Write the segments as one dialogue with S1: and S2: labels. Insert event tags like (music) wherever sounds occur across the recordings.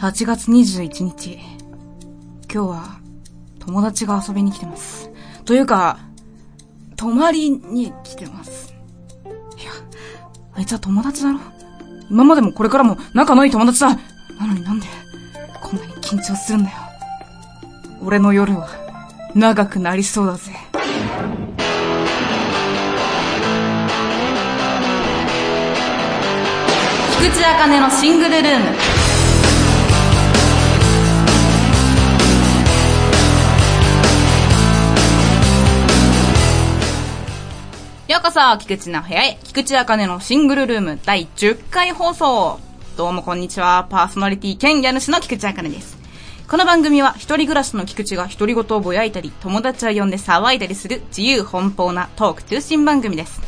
S1: 8月21日。今日は、友達が遊びに来てます。というか、泊まりに来てます。いや、あいつは友達だろ。今までもこれからも仲のいい友達だ。なのになんで、こんなに緊張するんだよ。俺の夜は、長くなりそうだぜ。菊池茜のシングルルーム。ようこそ、菊池の部屋へ。菊池茜のシングルルーム第10回放送。どうもこんにちは。パーソナリティ兼家主の菊池茜です。この番組は、一人暮らしの菊池が独り言をぼやいたり、友達を呼んで騒いだりする自由奔放なトーク通信番組です。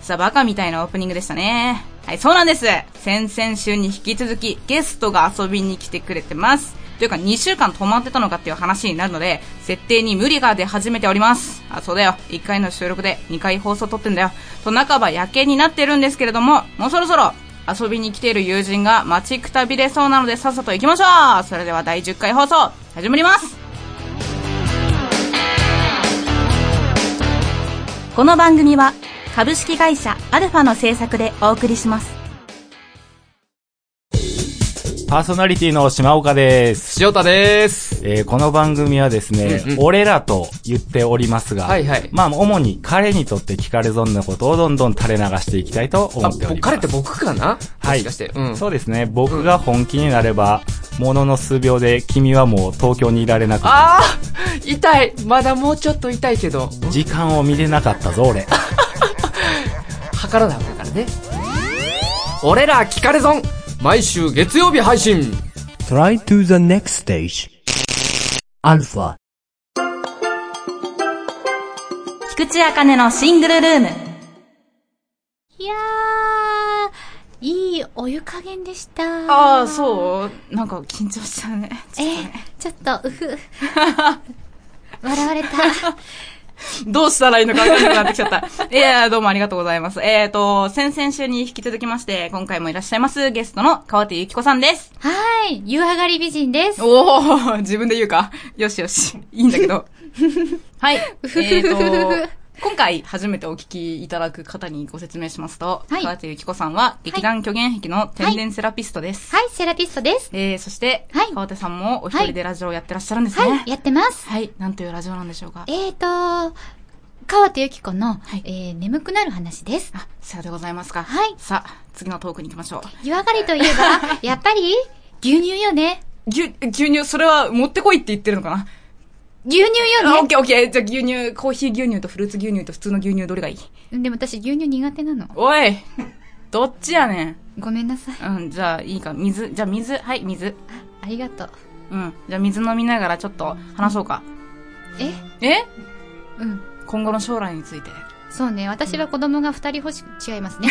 S1: さあ、バカみたいなオープニングでしたね。はい、そうなんです。先々週に引き続きゲストが遊びに来てくれてます。というか、2週間泊まってたのかっていう話になるので、設定に無理が出始めております。あ、そうだよ。1回の収録で2回放送撮ってんだよ。と半ば夜景になってるんですけれども、もうそろそろ遊びに来ている友人が待ちくたびれそうなのでさっさと行きましょうそれでは第10回放送、始まりますこの番組は株式会社アルファの制作でお送りします
S2: パーソナリティの島岡です。
S3: 塩田です。
S2: えーこの番組はですね、
S3: うんうん
S2: 俺らと言っておりますが、
S3: はいはい
S2: まあ、主に彼にとって聞かれ損なことをどんどん垂れ流していきたいと思
S3: あ、
S2: っております。
S3: 彼って僕かな
S2: は
S3: も
S2: い
S3: しかして。うん。
S2: そうですね、僕が本気になれば、ものの数秒で君はもう東京にいられなくな
S3: ああ痛いまだもうちょっと痛いけど、
S2: る時間を見れなかったぞ、俺。
S3: 測らなあかんからね。俺ら聞かれ損毎週月曜日配信
S4: Try to the next stage. Alpha.
S1: 菊池茜のシングルルーム
S5: いやー、いいお湯加減でした。
S1: ああそうなんか緊張しちゃうね
S5: えー、ちょっと、うふ。 (laughs) 笑われた。
S1: (laughs) どうしたらいいのか分かんなくなってきち
S5: (laughs)
S1: ゃった。いやどうもありがとうございます。えーと、先々週に引き続きまして、今回もいらっしゃいます、ゲストの川手ゆき子さんです。
S5: はい、湯上がり美人です。
S1: おー、自分で言うか。よしよし。いいんだ
S5: (laughs)
S1: けど。はい。えーと、今回初めてお聞きいただく方にご説明しますと、
S5: はい
S1: 川手ゆき子さんは劇団虚言癖の天然セラピストです。
S5: はい、セラピストです。
S1: えー、そして、
S5: はい
S1: 川手さんもお一人でラジオをやってらっしゃるんですね。
S5: はい、やってます。
S1: はい。なんというラジオなんでしょうか。
S5: えーと、川手ゆき子の、
S1: はい
S5: えー、眠くなる話です。
S1: あ、さようでございますか。
S5: はい
S1: さあ、次のトークに行きましょう。
S5: 湯上がりといえ
S1: (laughs)
S5: ば、やっぱり、牛乳よね。
S1: 牛、牛乳、それは持ってこいって言ってるのかな
S5: 牛乳
S1: あ
S5: よ
S1: オッ
S5: ね。
S1: ケーオッケー。じゃあ牛乳、コーヒー牛乳とフルーツ牛乳と普通の牛乳どれがいい
S5: でも私牛乳苦手なの。
S1: おいどっちやね
S5: ごめんなさい。
S1: ん。うん、じゃあいいか。水、じゃあ水、はい、水。
S5: ありがとう。
S1: うん。じゃあ水飲みながらちょっと話そうか。
S5: え
S1: え
S5: うん。
S1: 今後の将来について。
S5: そうね、私は子供が二人欲し、違いますね。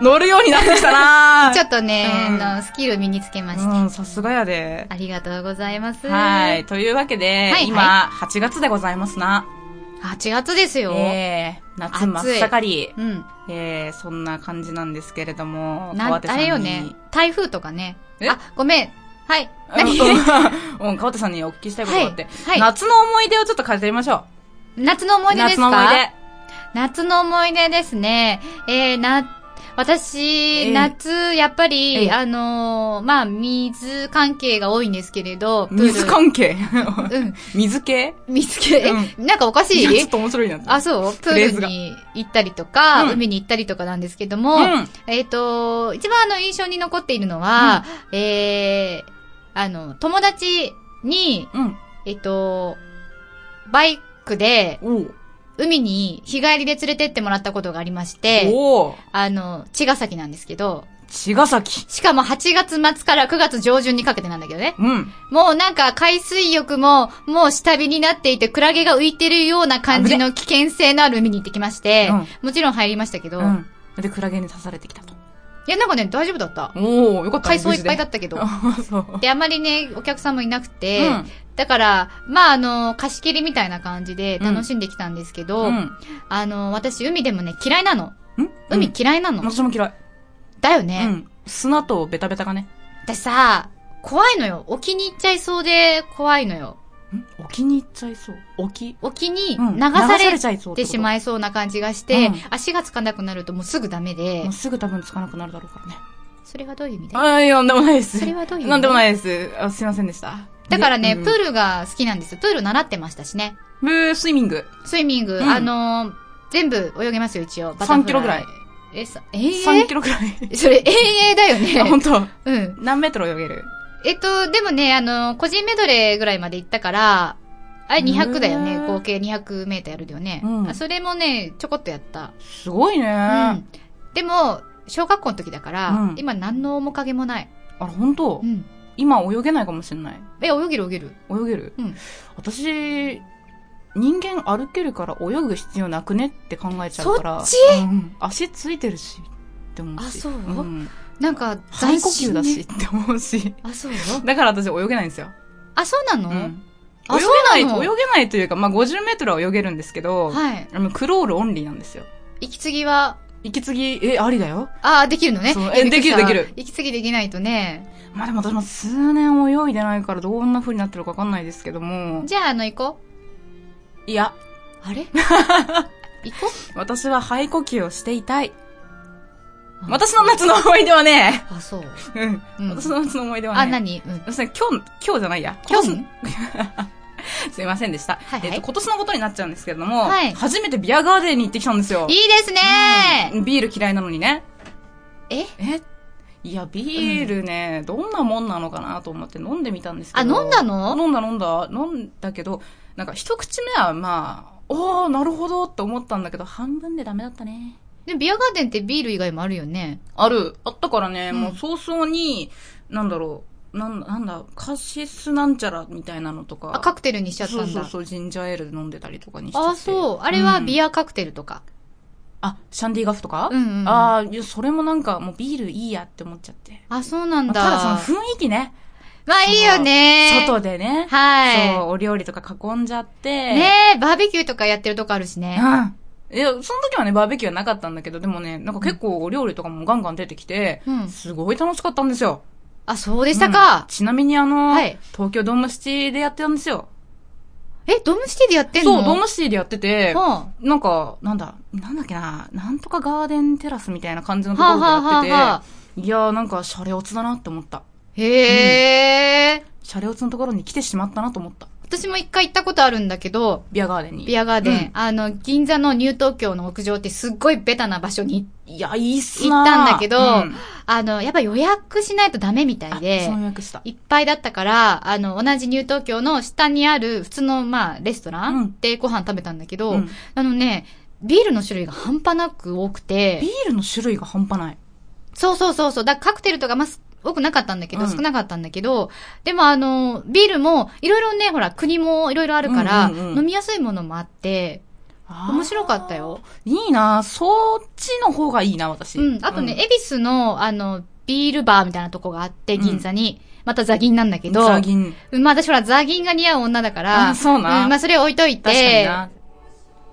S1: 乗るようになってきたな
S5: (laughs) ちょっとね、
S1: うん
S5: あの、スキル身につけまして。
S1: うん、さすがやで。
S5: ありがとうございます。
S1: はい。。というわけで、
S5: はい
S1: 今、8月でございますな。
S5: 8月ですよ。
S1: ええ夏真っ盛り。
S5: うん。
S1: ええそんな感じなんですけれども、
S5: な
S1: 川
S5: ん、
S1: 手さ
S5: あ
S1: んに
S5: れよね。台風とかね。
S1: え
S5: あ、ごめん。はい。 (laughs) 何
S1: うん、うん川手さんにお聞きしたいことがあって、
S5: はいはい
S1: 夏の思い出をちょっと語りましょう。
S5: 夏の思い出ですか
S1: 夏の思い出。
S5: 夏の思い出ですね。えー、な、私、
S1: ええ
S5: 夏、やっぱり、
S1: ええ
S5: あのーまあ、水関係が多いんですけれど、プール
S1: 水
S5: (laughs)
S1: 関係
S5: うん。
S1: 水系
S5: 水系、え
S1: う
S5: なんかおかし
S1: いや
S5: い
S1: ちょっと面白いな。
S5: あ、そうプ
S1: フレー
S5: ー
S1: ズ
S5: ル
S1: が
S5: に行ったりとか、
S1: うん
S5: 海に行ったりとかなんですけども、
S1: うん
S5: えっ、と、一番あの印象に残っているのは、えー、あの、友達に、
S1: うん。
S5: えっ、と、バイクで
S1: おう
S5: 海に日帰りで連れてってもらったことがありまして、
S1: おう
S5: あの、茅ヶ崎なんですけど、
S1: 茅ヶ崎。
S5: しかも8月末から9月上旬にかけてなんだけどね。
S1: うん。
S5: もうなんか海水浴も、もう下火になっていて、クラゲが浮いてるような感じの危険性のある海に行ってきまして、
S1: うん
S5: もちろん入りましたけど、
S1: うん。で、クラゲに刺されてきたと。
S5: いや、なんかね、大丈夫だった。
S1: おおよかった。
S5: 海藻いっぱいだ
S1: っ
S5: ったけど。
S1: あ、 (laughs) そう。
S5: で、あまりね、お客さんもいなくて、
S1: うん
S5: だから、まあ、あの、貸し切りみたいな感じで
S1: うん
S5: 楽しんできたんですけど、
S1: うん。ん
S5: あの、私、海でもね、嫌いなの。
S1: うん
S5: 海嫌いなの。
S1: 私も嫌い。
S5: だよ
S1: う
S5: ね、
S1: ん。砂とベタベタがね。
S5: 私さ、怖いのよ。沖に行っちゃいそうで怖いのよ。
S1: ん沖に行っちゃいそう。沖
S5: 沖に
S1: うん
S5: 流さ
S1: 流され
S5: れ
S1: ちゃいそうっててこと
S5: しまいそうな感じがして、
S1: うん
S5: 足がつかなくなるともうすぐダメで
S1: もう、すぐ多分つかなくなるだろうからね。
S5: それはどういう意味だい
S1: あいや、なんでもないです。
S5: それはどういう意味
S1: なんでもないです。あ、すいませんでした。
S5: だからね、
S1: でうん
S5: プールが好きなんですよ。プール習ってましたしね。
S1: ブースイミング。
S5: スイミング、
S1: うん
S5: あのー全部泳げますよ、一応。
S1: 3キロぐらい。
S5: え、さ、えー、
S1: 3キロくらい。
S5: それ、遠泳だよ
S1: あ、本
S5: ね。
S1: 当。
S5: うん。
S1: 何メートル泳げる
S5: えっと、でもね、あの、個人メドレーぐらいまで行ったから、あれ200だよ
S1: う
S5: ね。
S1: ん
S5: 合計200メーターやるよね、
S1: うん
S5: あそれもね、ちょこっとやった。
S1: すごいね。
S5: う
S1: あ
S5: ん。でも、小学校の時だから、
S1: うん
S5: 今何の面影もない。
S1: れ、本当
S5: うん。
S1: 今泳げないかもしれない。
S5: え、泳げる泳げる。
S1: 泳げる
S5: うん
S1: 私、人間歩けるから泳ぐ必要なくねって考えちゃうか
S5: そ
S1: ら。っち、足ついてるし、って思うし。
S5: あそうんなんか、
S1: 肺呼吸
S5: 斬新ね
S1: だしっ。て思うし。
S5: あ、そう
S1: だから私泳げないんですよ。
S5: あ、そうなの、
S1: うん
S5: あ
S1: 泳
S5: そ
S1: げ
S5: う
S1: な、
S5: ないの
S1: 泳げないというか、まあ、50メートルは泳げるんですけど、
S5: はい。
S1: あの、クロールオンリーなんですよ。
S5: 息継ぎは、
S1: 息継ぎ、え、ありだよ。
S5: ああ、できるのね
S1: そう。え
S5: びっくりした
S1: できるできる
S5: 息継ぎできないとね。
S1: まあでも私も数年泳いでないからどんな風になってるかわかんないですけども。
S5: じゃあ、あの、行こ
S1: いや、
S5: う。あ (laughs) れ行こ
S1: 私は肺呼吸をしていたい。私の夏の思い出はね、
S5: う。あ、そう。
S1: うん。
S5: うん
S1: 私の夏の思い出はね。
S5: あ、何うん。
S1: 要するに今日、今日じゃないや。
S5: キョ
S1: 今
S5: ン
S1: 年すいませんでした。
S5: はいはい
S1: えっと、今年のことになっちゃうんですけれども、
S5: はい
S1: 初めてビアガーデンに行ってきたんですよ。
S5: いいですね
S1: ビール嫌いなのにね。
S5: え
S1: えいや、ビールね、どんなもんなのかなと思って飲んでみたんですけ
S5: あ、
S1: ど。
S5: 飲んだの
S1: 飲んだ飲んだ、飲んだけど、なんか一口目はまあ、おー、なるほどって思ったんだけど、半分でダメだったね。
S5: で、ビアガーデンってビール以外もあるよね。
S1: ある、あったからね、
S5: うん
S1: もう早々に、なんだろう、なんなんだ、カシスなんちゃらみたいなのとか。
S5: あ、カクテルにしちゃったんだ。
S1: そうそうそう、ジンジャーエール飲んでたりとかにしてて。
S5: あ、そう。あれはビ
S1: ア、
S5: アカクテルとか。
S1: あ、シャンディガフとか、
S5: うんうんうん
S1: ああ、いや、それもなんかもうビールいいやって思っちゃって。
S5: あ、そうなん
S1: まあ
S5: だ。
S1: ただその雰囲気ね。
S5: まあいいよね。
S1: 外でね。
S5: はい
S1: そう、お料理とか囲んじゃって。
S5: ねえ、バーベキューとかやってるとこあるしね。
S1: うん。いや、その時はね、バーベキューはなかったんだけど、でもね、なんか結構お料理とかもガンガン出てきて、
S5: うん
S1: すごい楽しかったんですよ。
S5: あ、そうでしたか
S1: うん。ちなみにあの、
S5: はい
S1: 東京ドームシティでやってたんですよ。
S5: え、ドームシティでやってんの
S1: そう、ドームシティでやってて、
S5: は
S1: なんか、なんだ、なんだっけな、なんとかガーデンテラスみたいな感じの
S5: あ、
S1: とこ
S5: は
S1: ろ
S5: あ、はあ
S1: でやってて、
S5: はあはあ、
S1: いやーなんか、シャレオツだなって思った。
S5: へえ、
S1: シャレオツのところに来てしまったなと思った。
S5: 私も一回行ったことあるんだけど、
S1: ビアガーデンに。
S5: ビアガーデン、
S1: うん
S5: あの、銀座のニュー東京の屋上ってすっごいベタな場所に、
S1: いや、いいっすなー
S5: 行ったんだけど
S1: うん
S5: あの、やっぱ予約しないとダメみた
S1: あ
S5: いで
S1: そ、の予約した。
S5: いっぱいだったから、あの、同じニュー東京の下にある普通の、まあ、レストラ
S1: うん
S5: ンでご飯食べたんだけど、
S1: うん
S5: あのね、ビールの種類が半端なく多くて
S1: ビ、ールの種類が半端ない。
S5: そうそうそうそう。だからカクテルとか、まあ、す多くなかったんだけど、
S1: うん
S5: 少なかったんだけど、でもあの、ビールも、いろいろね、ほら、国もいろいろあるから、
S1: うんうんうん
S5: 飲みやすいものもあって、
S1: あー
S5: 面白かったよ。
S1: いいなそっちの方がいいな、私。
S5: うん。あとね、、恵比寿の、あの、ビールバーみたいなとこがあって、銀座に。またザギンなんだけど。
S1: ザギン。
S5: うんまあ私ほら、ザギンが似合う女だから。
S1: あそうなん
S5: まあそれ置いとい
S1: 確かに
S5: て。
S1: な。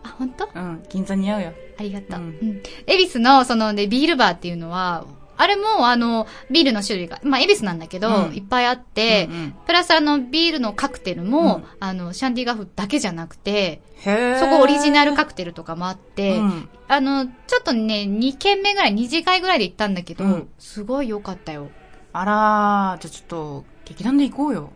S5: あ、本当？
S1: うん、銀座似合うよ。
S5: ありがとう。う
S1: う
S5: んん。恵比寿の、その、で、ビールバーっていうのは、あれも、あの、ビールの種類が、まあ、恵比寿なんだけど、
S1: うん
S5: いっぱいあって、
S1: うんうん
S5: プラスあの、ビールのカクテルも、
S1: うん
S5: あの、シャンディガフだけじゃなくて、
S1: へ
S5: そこオリジナルカ
S1: っ
S5: クテルとかもあってて、
S1: うん。
S5: あの、ちょっとね、2軒目ぐらい、2次会ぐらいで行ったんだけど、
S1: うん
S5: すごい良かったよ。
S1: あらー、じゃあちょっと、劇団で行こうよ。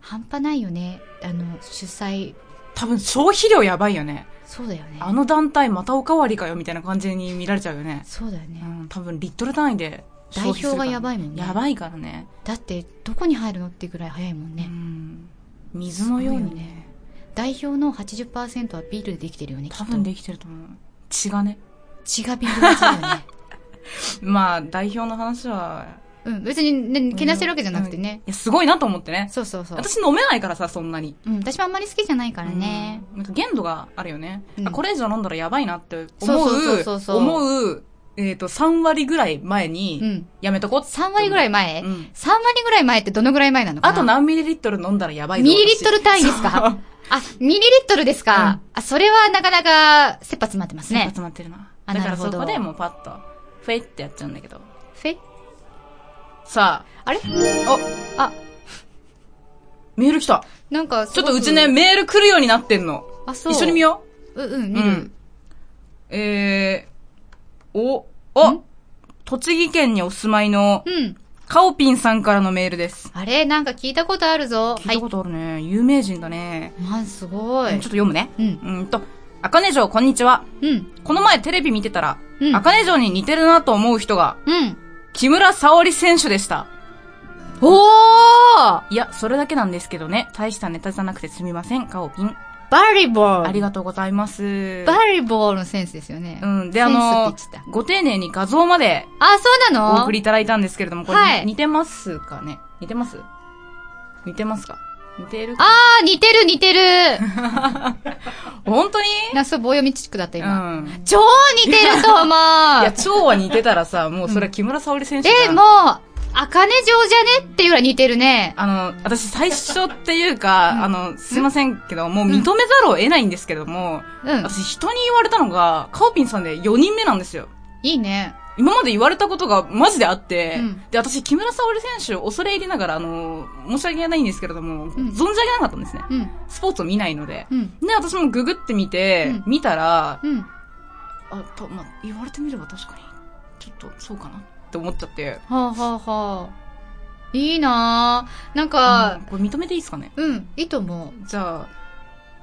S5: 半端ないよね。あの、主催、
S1: 多分消費量やばいよね。
S5: そうだよね。
S1: あの団体またおかわりかよみたいな感じに見られちゃうよね。
S5: そうだよね
S1: う。ん、多分リットル単位で消費するから。
S5: 代表がやばいもんね
S1: やばいからね。
S5: だって、どこに入るのってぐらい早いもん
S1: う
S5: ね。
S1: ん。水のようにね。
S5: 代表の80%はビールでできてるよね、きっと
S1: 多分できてると思う。血がね。
S5: 血がビール味だよね。
S1: まあ、代表の話は。 (laughs)
S5: うん、別に、ね、けなしてるわけじゃなくて
S1: うんい
S5: ね。
S1: や、すごいなと思ってね。
S5: そうそうそう。
S1: 私飲めないからさ、そんなに。
S5: うん、私もあんまり好きじゃないからね。
S1: うんなんか限度があるよね、
S5: うん
S1: あこれ以上飲んだらやばいなって思、
S5: そううそうそうそう
S1: 思う、えっ、と、3割ぐらい前
S5: う
S1: に、
S5: ん。
S1: やめとこうって思う
S5: 3割ぐらい前、
S1: うん
S5: ?3 割ぐらい前ってどのぐらい前なのか
S1: あ
S5: な
S1: と何ミリリットル飲んだらやばいぞ
S5: ミリリットル単位ですかあ、ミリリットルですか、あ、それはなかなか、切羽詰まってます
S1: ね。
S5: (laughs) ね
S1: 集。まってるな。
S5: あ
S1: だか
S5: な
S1: ら
S5: るほ
S1: そ
S5: ど
S1: こでもうパッと、フェイってやっちゃうんだけど。
S5: フェ
S1: さあ、
S5: あれ
S1: お、
S5: あ、
S1: メール来た。
S5: なんかす
S1: ちょ
S5: ご
S1: っ
S5: く、
S1: とうちね、メール来るようになってんの。
S5: あ、そう。
S1: 一緒に見よ
S5: う。うん、
S1: う。
S5: 見
S1: う
S5: る。
S1: ん。えー、お、お、栃木県にお住まいの
S5: う、ん。
S1: カオピンさんからのメールです。
S5: あれなんか聞いたことあるぞ。
S1: 聞
S5: はい
S1: た
S5: い。
S1: ことあるね。有名人だね。
S5: まあ、すご
S1: ちょっ
S5: い
S1: と。読むね。
S5: うん。
S1: うんと、あかね城、こんにちは。
S5: うん。
S1: この前テレビ見てたら
S5: う、ん
S1: あかね城に似てるなと思う人が、
S5: うん。
S1: 木村沙織選手でした。
S5: おー
S1: いや、それだけなんですけどね。大したネタじゃなくてすみません、カオピン。
S5: バリボール
S1: ありがとうございます。
S5: バリボールのセンスですよね。
S1: うん。で、あの
S5: センスって言っちゃっ、
S1: ご丁寧に画像まで
S5: た。あ、そうな
S1: お
S5: の
S1: 送りいただいたんですけれども、これ、
S5: はい
S1: 似てますかね似てます似てますか似てるか
S5: あー、似てる似てる。 (laughs)
S1: 本当に
S5: な、そう、棒読みチックだった、
S1: う
S5: 今。
S1: ん。
S5: 超似てると思う
S1: (laughs) いや、蝶は似てたらさ、もうそれは木村沙織選手じゃん
S5: で、もう、あかね城じゃねっていうぐらい似てるね。
S1: あの、私最初っていうか、あの、すいませんけど、もう認めざるを得ないんですけども、
S5: うん。
S1: 私人に言われたのが、カオピンさんで4人目なんですよ。
S5: いいね。
S1: 今まで言われたことがマジであって、
S5: うん
S1: で、私、木村沙織選手、恐れ入りながら、あの、申し訳ないんですけれども、
S5: ん
S1: 存じ上げなかったんですね。
S5: うん。
S1: スポーツを見ないので。
S5: うん。
S1: で、私もググってみ
S5: う
S1: て、
S5: ん
S1: 見たら、
S5: うん。
S1: あ、たまあ、言われてみれば確かに、ちょっと、そうかなって思っちゃって、
S5: はあ、はあはあ、いいなぁ。なん
S1: う
S5: か
S1: ん、これ認めていいですかね
S5: うん、いいと思
S1: じゃあ、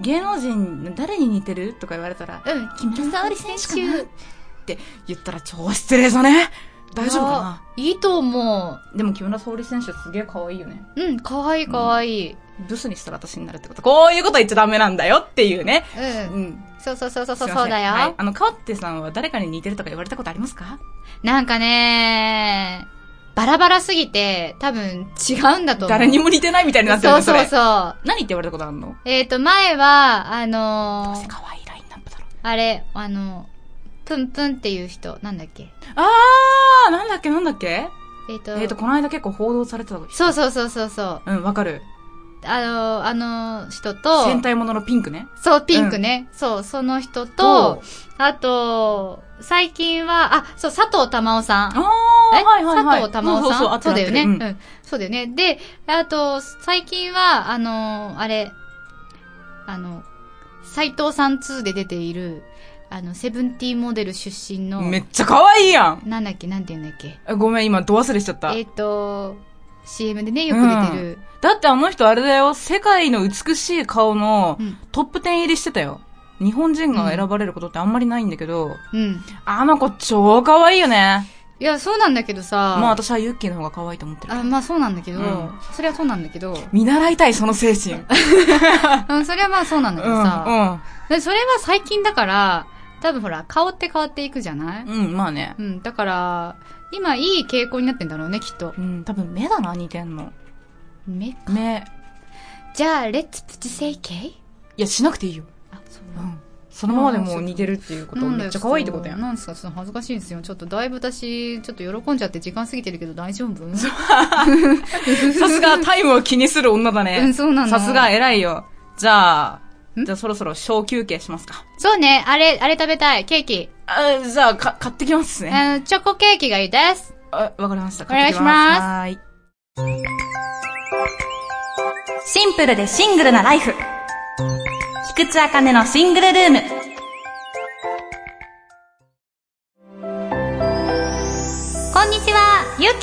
S1: 芸能人、誰に似てるとか言われたら
S5: う。、うん、
S1: 木村沙織選手かな
S5: う
S1: っ
S5: ん
S1: て言ったら超失礼だね大丈夫かない
S5: いと思う。
S1: でも木村沙織選手すげえ可愛いよね。
S5: うん、かわいいかわいい。
S1: ブスにしたら私になるってこと。こういうこと言っちゃダメなんだよっていうね。
S5: う。
S1: うんん。
S5: そうそうそうそう
S1: すいません
S5: そうだよ。
S1: はい。あの、かわってさんは誰かに似てるとか言われたことありますか
S5: なんかねバラバラすぎて、多分違うんだと思う。
S1: 誰にも似てないみたいになってるん
S5: そう
S1: だそ
S5: そう
S1: れ。
S5: そう。
S1: 何って言われたことあるの
S5: えっ、と、前は、あのー
S1: 可愛いラインナップだろ。
S5: あれ、あの、プンプンっていう人、なんだっけ
S1: あー、なんだっけなんだっけ
S5: えっ、と、
S1: えっと、この間結構報道されてた時。
S5: そうそうそうそうそう。
S1: うん、わかる。
S5: あの、あの人と、
S1: 戦隊もののピンクね。
S5: そう、ピンクね。そう、その人と、あと、最近は、あ、そう、佐藤珠緒さん。
S1: あ
S5: え
S1: ー、はいはいはい。
S5: 佐藤珠緒さん
S1: そうそう、あっ
S5: そうだよね、うん。
S1: ん
S5: そうだよね。で、あと、最近は、あのーあれ、あの、斎藤さん2で出ている、あの、セブンティーンモデル出身の、
S1: めっちゃ可愛いやん
S5: なんだっけ、なんて言うんだっけ。
S1: あごめん、今、ど忘れしちゃった。
S5: えっ、と、CM でね、よく出てる。
S1: だってあの人あれだよ、世界の美しい顔の
S5: うん
S1: トップ10入りしてたよ。日本人が選ばれることってあんまりないんだけど、
S5: うん。
S1: あの子超可愛いよね。
S5: いや、そうなんだけどさ、
S1: まあ私はユッキーの方が可愛いと思ってる。
S5: あ、まあそうなんだけど、
S1: うん
S5: それはそうなんだけど、
S1: 見習いたい、その精神。うん。
S5: うん、それはまあそうなんだけどさ、
S1: うん。
S5: でそれは最近だから、多分ほら、顔って変わっていくじゃない
S1: うん、まあね。
S5: うん、だから、今いい傾向になってんだろうね、きっと。
S1: うん、多分目だな、似てんの。
S5: め
S1: 目。
S5: じゃあ、レッツプチ整形
S1: いや、しなくていいよ。
S5: あ、そう
S1: う。
S5: なん
S1: そのままでもう似てるっていうこと、
S5: んだ
S1: めっ
S5: よ
S1: ちゃ可愛いってことやん。
S5: なんですか、ちょっと恥ずかしいんですよ。ちょっとだいぶ私、ちょっと喜んじゃって時間過ぎてるけど大丈夫
S1: (laughs) さすがタイムを気にする女だね。
S5: うんそうなの
S1: さすが偉いよ。じゃあ、
S5: ん
S1: じゃあそろそろ小休憩しますか。
S5: そうね、あれ、あれ食べたい、ケーキ。
S1: あじゃあ、か、買ってきますね。
S5: あのチョコケーキがいいです。
S1: あ、わかりました。
S5: お願いしま
S1: 買ってき
S6: シンプルでシングルなライフ。菊池茜のシングルルーム。
S5: こんにちは、ゆき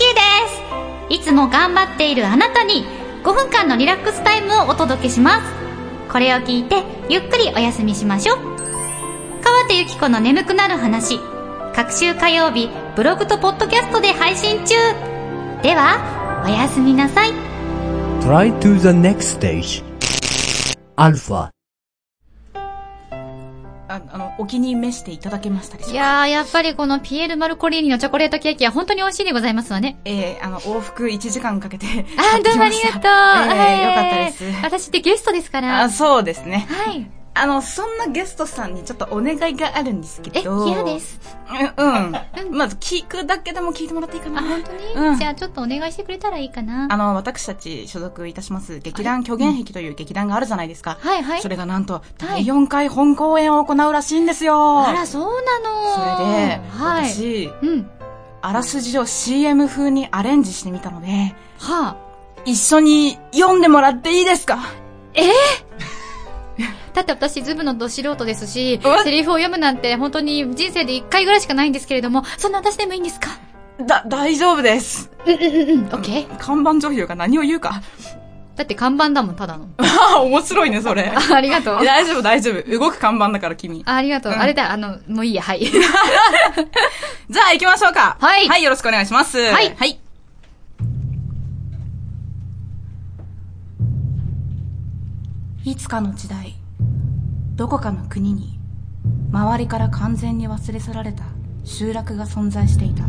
S5: です。いつも頑張っているあなたに5分間のリラックスタイムをお届けします。これを聞いてゆっくりお休みしましょう。川手ゆき子の眠くなる話、各週火曜日ブログとポッドキャストで配信中。では、おやすみなさい。
S4: Try to the next stage. Alpha.
S1: ます。はい。ああの、お気に召していただけましたでしょう
S5: い
S1: か
S5: やー、やっぱりこのピエール・マルコリーニのチョコレートケーキは本当に美味しいでございますわね。
S1: えー、あの、往復1時間かけて。
S5: あー、どうもありがとう。
S1: えー、よ
S5: は
S1: かっ
S5: い
S1: たです。
S5: 私ってゲストですから。
S1: あ、そうですね。
S5: はい。
S1: あの、そんなゲストさんにちょっとお願いがあるんですけ
S5: え、
S1: ど。
S5: 嫌で。す。 (laughs)
S1: うん、うん。まず聞くだけでも聞いてもらっていいかな。
S5: あ、本当に、
S1: うん
S5: じゃあちょっとお願いしてくれたらいいかな。
S1: あの、私たち所属いたします劇団巨源壁という劇団があるじゃないですか。
S5: はいはい
S1: そ。れがなんと、
S5: はい
S1: 第4回本公演を行うらしいんですよ。
S5: あら、そうなの
S1: それで、
S5: はい。
S1: 私、
S5: うん。
S1: あらすじを CM 風にアレンジしてみたので、
S7: は
S1: 一緒に読んでもらっていいですか
S7: あ、だって私ズブのど素人ですし
S1: うわ、
S7: セリフを読むなんて本当に人生で一回ぐらいしかないんですけれども、そんな私でもいいんですか
S1: だ、大丈夫です。
S7: うん、オッケー。
S1: 看板女優が何を言うか。 (laughs)
S7: だって看板だもん、ただの。
S1: ああ、面白いね、それ。
S7: (laughs) あありがとう。
S1: 大丈夫、大丈夫。動く看板だから、君。
S7: あありがとう。
S1: うん
S7: あれだ、あの、もういいや、 (laughs) はい。
S1: じゃあ行きましょうか。
S7: はい
S1: はい、よろしくお願いします。
S7: はい
S1: はい。いつかの時代、どこかの国に、周りから完全に忘れ去られた集落が存在していた。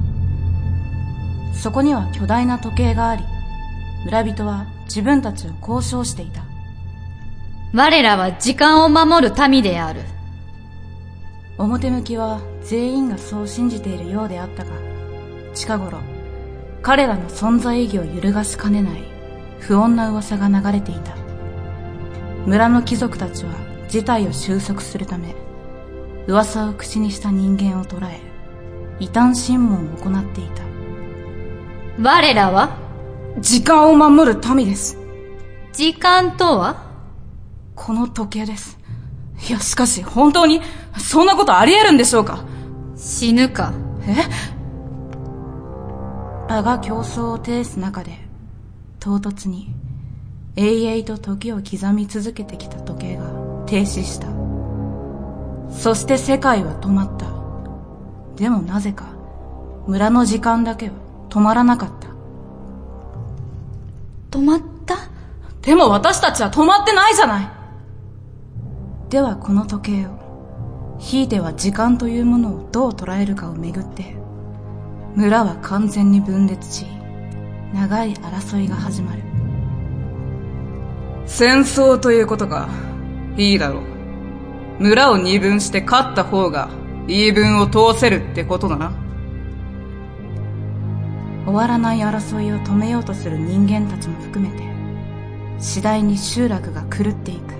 S1: そこには巨大な時計があり、村人は自分たちを交渉していた。
S7: 我らは時間を守る民である。
S1: 表向きは全員がそう信じているようであったが近頃彼らの存在意義を揺るがしかねない不穏な噂が流れていた村の貴族たちは事態を収束するため噂を口にした人間を捕らえ異端審問を行っていた
S7: 我らは
S1: 時間を守る民です
S7: 時間とは
S1: この時計ですいやしかし本当にそんなことありえるんでしょうか
S7: 死ぬか。
S1: 場が競争を呈す中で唐突に永遠と時を刻み続けてきた時計が停止したそして世界は止まったでもなぜか村の時間だけは止まらなかった
S7: 止まった
S1: でも私たちは止まってないじゃないではこの時計をひいては時間というものをどう捉えるかをめぐって村は完全に分裂し長い争いが始まる戦争ということかいいだろう村を二分して勝った方が言い分を通せるってことだな終わらない争いを止めようとする人間たちも含めて次第に集落が狂っていく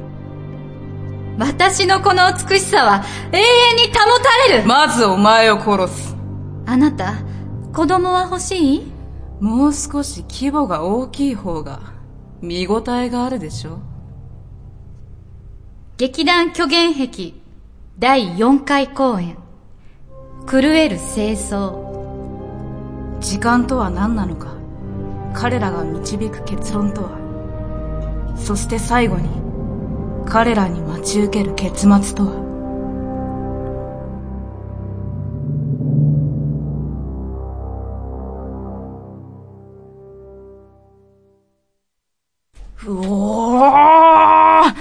S7: 私のこの美しさは永遠に保たれる
S1: まずお前を殺す
S7: あなた、子供は欲しい
S1: もう少し規模が大きい方が見応えがあるでしょ
S7: 劇団巨源壁第4回公演狂える清掃
S1: 時間とは何なのか彼らが導く結論とはそして最後に彼らに待ち受ける結末とはうおー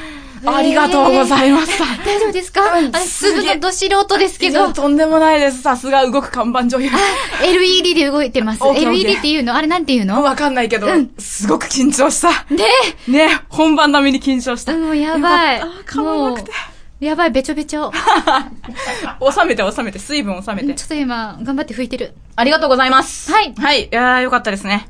S1: ありがとうございました。
S7: 大丈夫ですか
S1: うん
S7: 私
S1: す
S7: す
S1: げえ
S7: ぐのど素人ですけ
S1: い
S7: ど
S1: やとんでもないです。さすが動く看板女優。
S7: LED で動いてます
S1: オッケーオッケー
S7: LED っていうのあれなんていうの
S1: わかんないけど、すごく緊張した。
S7: で
S1: ね、本番並みに緊張した。
S7: もうやばい
S1: よかった顔なくて
S7: うやばいべちょべちょち
S1: 収めて収めて、水分収め
S7: ょ
S1: て。
S7: っと今頑張って拭いてる
S1: ありがとうございます。
S7: はい
S1: はい。いやー、よかったですね。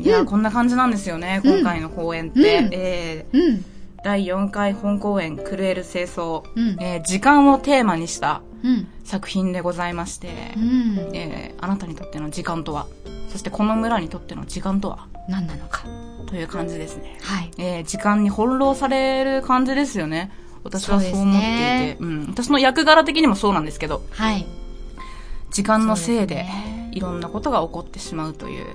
S1: いやー、
S7: うん
S1: こんな感じなんですよね、今回の公演って。
S7: うん
S1: えー
S7: うん
S1: 第4回本公演、クルエル清掃、
S7: うん
S1: えー時間をテーマにした
S7: うん
S1: 作品でございまして、
S7: うん
S1: えーあなたにとっての時間とは、そしてこの村にとっての時間とは、
S7: 何なのか
S1: という感じですね。
S7: はい
S1: えー時間に翻弄される感じですよね。私はそう思っていて、うん。私の役柄的にもそうなんですけど、
S7: はい
S1: 時間のせい
S7: そう
S1: で
S7: ですね、
S1: いろんなことが起こってしまうという。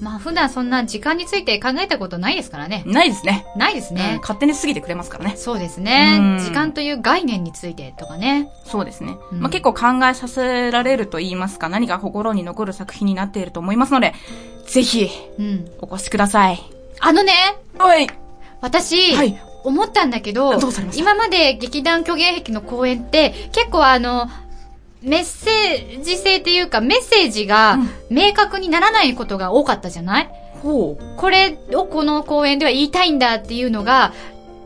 S7: まあ普段そんな時間について考えたことないですからね
S1: ないですね。
S7: ないです
S1: うん
S7: ね
S1: 勝手に過ぎてくれますからね。
S7: そうですね
S1: うん。
S7: 時間という概念についてとかね。
S1: そうですね。
S7: うん
S1: まあ、結構考えさせられると言いますか、何か心に残る作品になっていると思いますので、ぜひ、
S7: うん。
S1: お越しください。
S7: あのね、
S1: おい
S7: 私、
S1: はい
S7: 思ったんだけど
S1: どうされました
S7: 今まで劇団虚言壁の公演って、結構あの、メッセージ性っていうか、メッセージが明確にならないことが多かったじゃない、
S1: ほ
S7: これをこの公演では言いたいんだっていうのが、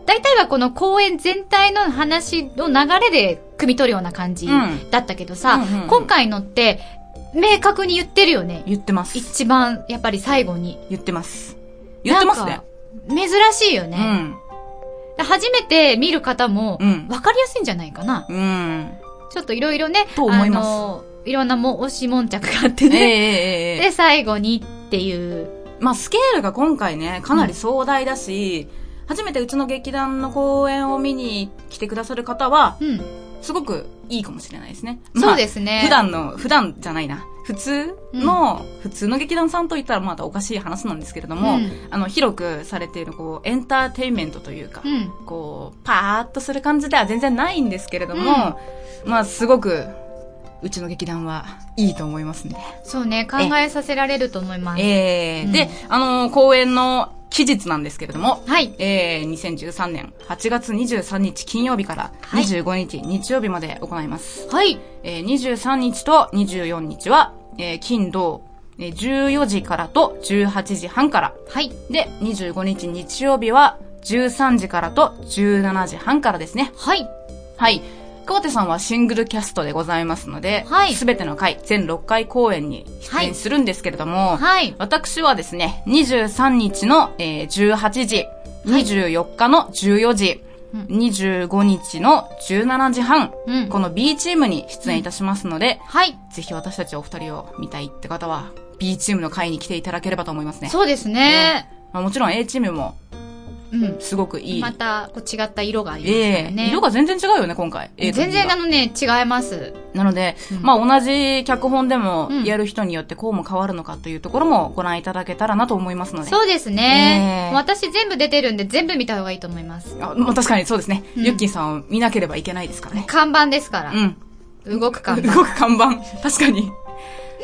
S7: 大体はこの公演全体の話の流れで汲み取るような感じ
S1: うん
S7: だったけどさ、
S1: うんうんうん
S7: 今回のって、明確に言ってるよね。
S1: 言ってます。
S7: 一番、やっぱり最後に。
S1: 言ってます。言ってます
S7: な
S1: ね
S7: ん。か。珍しいよ
S1: う
S7: ね。
S1: ん。
S7: 初めて見る方も、
S1: うん
S7: (laughs) わかりやすいんじゃないかな。
S1: うん。
S7: ちょっといろいろね、
S1: と思います
S7: あの、いろんなも、押し悶着があって
S1: えええ
S7: ね。
S1: えええ
S7: で、最後にっていう。
S1: まあ、スケールが今回ね、かなり壮大だし、初めてうちの劇団の公演を見に来てくださる方は、
S7: うん。
S1: すごくいいかもしれないですね。、
S7: そうですすね。
S1: 普段の、普段じゃないな。普通の、普通の劇団さんと言ったらまたおかしい話なんですけれども、
S7: うん
S1: あの、広くされている、こう、エンターテインメントというか、
S7: うん。
S1: こう、パーッとする感じでは全然ないんですけれども、まあ、すごく、うちの劇団はいいと思いますね。
S7: そうね、考えさせられると思います。
S1: ええ
S7: うん
S1: で、あのー公演の期日なんですけれども、
S7: はい。
S1: えー、2013年8月23日金曜日から
S7: はい
S1: 25日日曜日まで行います。
S7: はい。
S1: えー、23日と24日は、えー、金土、えー、14時からと18時半から。
S7: はい。
S1: で、25日日曜日は13時からと17時半からですね。
S7: はい。
S1: はい。久保手さんはシングルキャストでございますので、
S7: はい
S1: すべての回、全6回公演に出演するんですけれども、
S7: はい。
S1: 私はですね、23日の、えー18時、24日の14時、
S7: うん
S1: 25日の17時半、
S7: うん
S1: この B チームに出演いたしますので、
S7: はい。
S1: ぜひ私たちお二人を見たいって方は、B チームの会に来ていただければと思いますね。
S7: そうですね。
S1: まあ、もちろん A チームも
S7: うん。
S1: すごくいい。
S7: また、こう違った色があります
S1: え
S7: から
S1: え
S7: ね。
S1: 色が全然違うよね、今回。A と B
S7: 全
S1: が
S7: 然あのね、違います。
S1: なので、
S7: うん
S1: まあ同じ脚本でも
S7: うん
S1: やる人によってこうも変わるのかというところもご覧いただけたらなと思いますので。
S7: そうですね
S1: え。え
S7: 私全部出てるんで全部見た方がいいと思います。
S1: あまあ確かにそうですね。
S7: うん
S1: ユッキーさんを見なければいけないですからね。
S7: 看板ですか
S1: う
S7: ら。
S1: ん。
S7: 動く看板。
S1: (laughs) 動く看板。確か
S7: (laughs)
S1: に。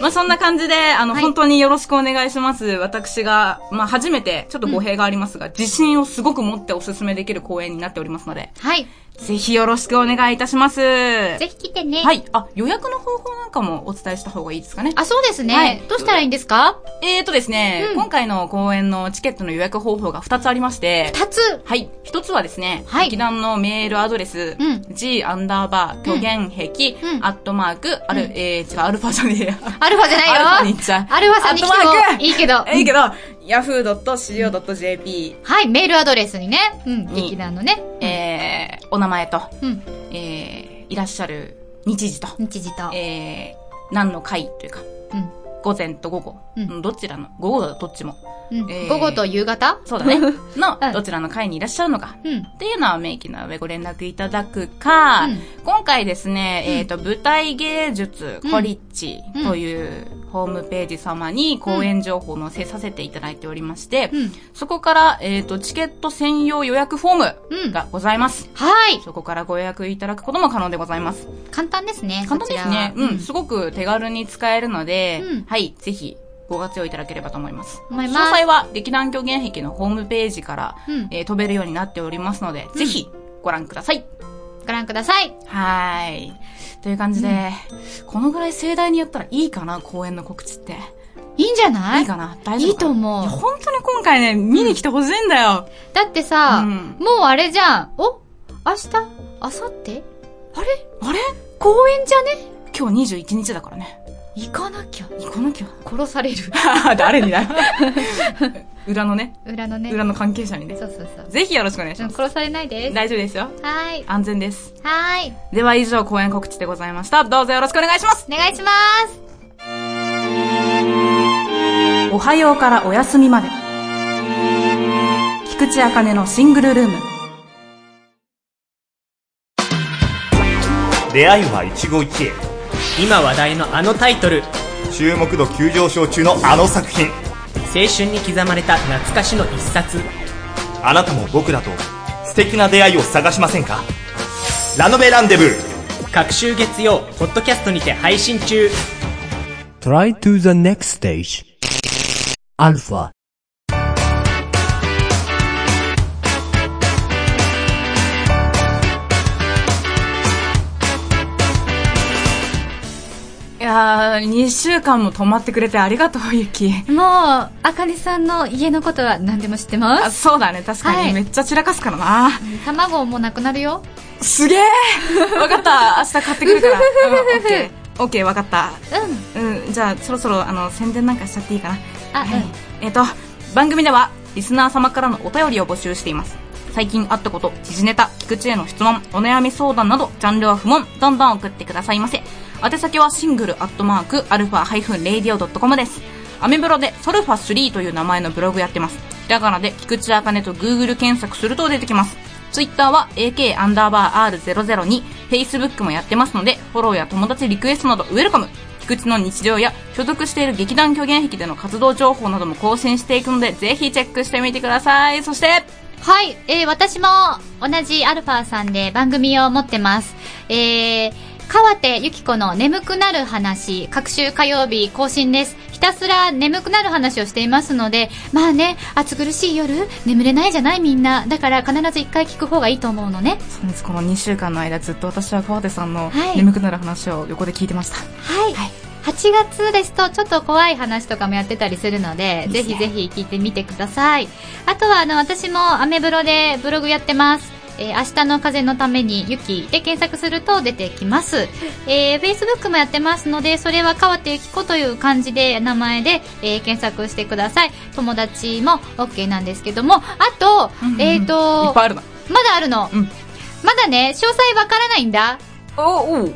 S1: まあそんな感じで、あの、
S7: はい
S1: 本当によろしくお願いします。私が、まあ初めて、ちょっと語弊がありますが、自信をすごく持ってお勧めできる公演になっておりますので、
S7: はい。
S1: ぜひよろしくお願いいたします。
S7: ぜひ来てね。
S1: は。い。あ、予約の方法なんかもお伝えした方がいいですかね。
S7: あ、そうですね。
S1: はい
S7: どうしたらいいんですか
S1: えーとですね、
S7: うん
S1: 今回の公演のチケットの予約方法が2つありまして、
S7: 二つ。
S1: はい。1つはですね、
S7: はい
S1: 劇団のメールアドレス、
S7: うん
S1: g アンダーバー、虚言癖、
S7: うん
S1: アットマーク、ある、えー、違う、アルファじゃねえや。
S7: アルファじゃないよ。
S1: アルファに行っちゃう
S7: アルファさんに来
S1: アット
S7: て
S1: マー
S7: も
S1: ク
S7: いいけど。
S1: えいいけど、yahoo.co.jp
S7: はい、メールアドレスにね。うん、
S1: に
S7: 劇団のね。
S1: えー、お名前と、
S7: うん。
S1: えー、いらっしゃる日時と、
S7: 日時と。
S1: えー、何の回というか、
S7: うん
S1: 午前と午後、
S7: うん
S1: うんどちらの、午後だどっちも、
S7: うん
S1: えー
S7: 午後と夕方
S1: そう
S7: (laughs)
S1: だね、の
S7: うん、
S1: どちらの回にいらっしゃるのか、
S7: うん。
S1: っていうのは明記の上ご連絡いただくか、
S7: うん
S1: 今回ですね、
S7: うん
S1: えっ、と、舞台芸術
S7: うん
S1: コリッチというホームページ様に公演情報を載せさせていただいておりまして、
S7: うん。
S1: そこから、えっ、と、チケット専用予約フォームがございます。
S7: はい。
S1: そこからご予約いただくことも可能でございます。
S7: 簡単ですね。
S1: 簡単ですね。
S7: そち
S1: う
S7: らは
S1: ん、すごく手軽に使えるので、
S7: うん
S1: はい、ぜひご活用いただければと思います。
S7: 思い
S1: 詳
S7: ます。
S1: 細は劇団狂言壁のホームページから、
S7: うん
S1: えー飛べるようになっておりますので、ぜひご覧ください。
S7: ご覧ください。
S1: はーい。という感じで、このぐらい盛大にやったらいいかな、公演の告知って。
S7: いいんじゃない
S1: いいかな大丈夫
S7: いいと思
S1: いや
S7: う。
S1: 本当に今回ね、見に来てほしいんだよ。
S7: だってさ、
S1: うん
S7: もうあれじゃん。お明日明後日あれ
S1: あれ
S7: 公園じゃね
S1: 今日21日だからね。
S7: 行かなきゃ。
S1: 行かなきゃ。
S7: 殺さ (laughs) れる。
S1: 誰にだよ (laughs) 裏のね、
S7: 裏のね。
S1: 裏の関係者にね
S7: そ。うそうそう。
S1: ぜひよろしくお願いし
S7: うん
S1: ます。
S7: 殺されないです。
S1: 大丈夫ですよ。
S7: はーい。
S1: 安全です。
S7: はーい。
S1: では以上、公演告知でございました。どうぞよろしくお願いします。
S7: お願いしま
S1: おはようからお休みまで。菊池茜のシングルルーム。
S8: 出会いは一期一会
S9: 今話題のあのタイトル
S8: 注目度急上昇中のあの作品
S9: 青春に刻まれた懐かしの一冊
S8: あなたも僕らと素敵な出会いを探しませんかラノベランデブー
S9: 各週月曜ポッドキャストにて配信中
S10: Try to the next stage. Alpha.
S1: いやー、2週間も泊まってくれてありがとう、ゆき。
S7: す。もう、あかねさんの家のことは何でも知ってま
S1: あ
S7: す。
S1: そうだね、確かに、
S7: はい
S1: めっちゃ散らかすからな。
S7: 卵もうなくなるよ。
S1: すげえ (laughs) わかった、明日買ってくるから。うん、オッケ (laughs) ー。オッケー、わかった。
S7: うん。
S1: うん、じゃあ、そろそろ、あの、宣伝なんかしちゃっていいかな。
S7: あ、
S1: はいえっ、と、番組では、リスナー様からのお便りを募集しています。最近あったこと、時事ネタ、菊池への質問、お悩み相談など、ジャンルは不問、どんどん送ってくださいませ。宛先はシングルアットマーク、アルファハイフンレイディオドットコムです。アメブロでソルファ3という名前のブログやってます。ひらがなで菊池茜と Google 検索すると出てきます。ツイッターは AK アンダーバー R002、Facebook もやってますので、フォローや友達リクエストなどウェルカム。菊池の日常や所属している劇団巨源壁での活動情報なども更新していくので、ぜひチェックしてみてください。そして、
S7: はい、えー、私も同じアルファさんで番組を持ってます。えー、川手ゆき子の眠くなる話、各週火曜日更新です。ひたすら眠くなる話をしていますので、まあね、暑苦しい夜、眠れないじゃないみんな。だから必ず一回聞く方がいいと思うのね。
S1: そうですこの2週間の間ずっと私は川手さんの
S7: はい
S1: 眠くなる話を横で聞いてました、
S7: はい。8月ですとちょっと怖い話とかもやってたりするので、
S1: いいで
S7: ぜ
S1: す
S7: ひ
S1: ね
S7: ぜひ聞いてみてください。あとはあの私もアメブロでブログやってます。えー明日の風のためにゆきで検索すると出てきます。えー、Facebook もやってますので、それは川手ゆき子という漢字で名前で、えー検索してください。友達も OK なんですけども、あと、
S1: うんうん
S7: えっ、
S1: い
S7: と
S1: っぱい、あるな
S7: まだあるの。
S1: うん
S7: まだね、詳細わからないんだ。
S1: おお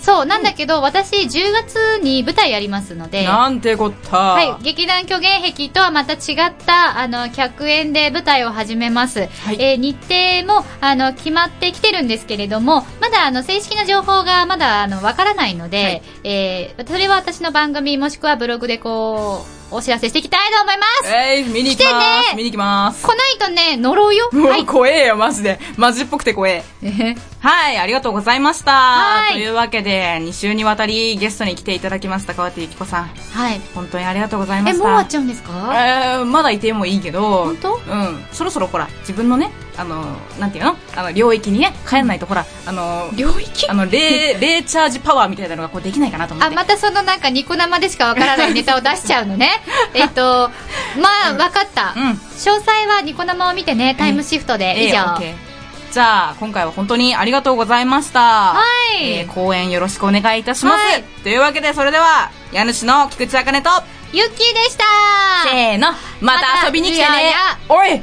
S7: そう、なんだけど、私、10月に舞台やりますので、は
S1: なんてこった
S7: い、劇団巨源壁とはまた違った、あの、客演で舞台を始めます。
S1: はい
S7: えー日程も、あの、決まってきてるんですけれども、まだ、あの、正式な情報が、まだ、あの、わからないので、えーそれは私の番組、もしくはブログで、こう、お知らせしていきたいと思います
S1: えー、見に行きま
S7: 来
S1: す、
S7: てね
S1: 見に行きます
S7: 来ないとね、呪うよ
S1: うわ、
S7: はい。
S1: (laughs) 怖えよマジでマジっぽくて怖え
S7: えへ
S1: はいありがとうございました
S7: はい
S1: というわけで2週にわたりゲストに来ていただきました川手ゆき子さん
S7: はい。
S1: 本当にありがとうございま
S7: え、もう
S1: した
S7: 終わっちゃうんですか
S1: えー、まだいてもいいけど
S7: 本当
S1: うんそろそろほら自分のねあのなんていうのあの領域にね帰んないとほらあの
S7: 領域
S1: あの霊霊チャージパワーみたいなのがこうできないかなと思っ
S7: あ、
S1: て
S7: またそのなんかニコ生でしかわからないネタを出しちゃ
S1: (laughs)
S7: うのね。えっと、まあ、わかった。
S1: うん
S7: 詳細はニコ生を見てね、タイムシフトで。
S1: ええ
S7: 以上。
S1: オッ
S7: は
S1: ケーじゃあ今回は本当にありがとうございました
S7: い。
S1: えー公演よろしくお願いいたします、
S7: はい
S1: というわけでそれでは家主の菊池茜と
S7: ゆっきーでした
S1: せーのまた遊びに来てね
S7: またいやいや
S1: お
S7: (laughs)
S1: い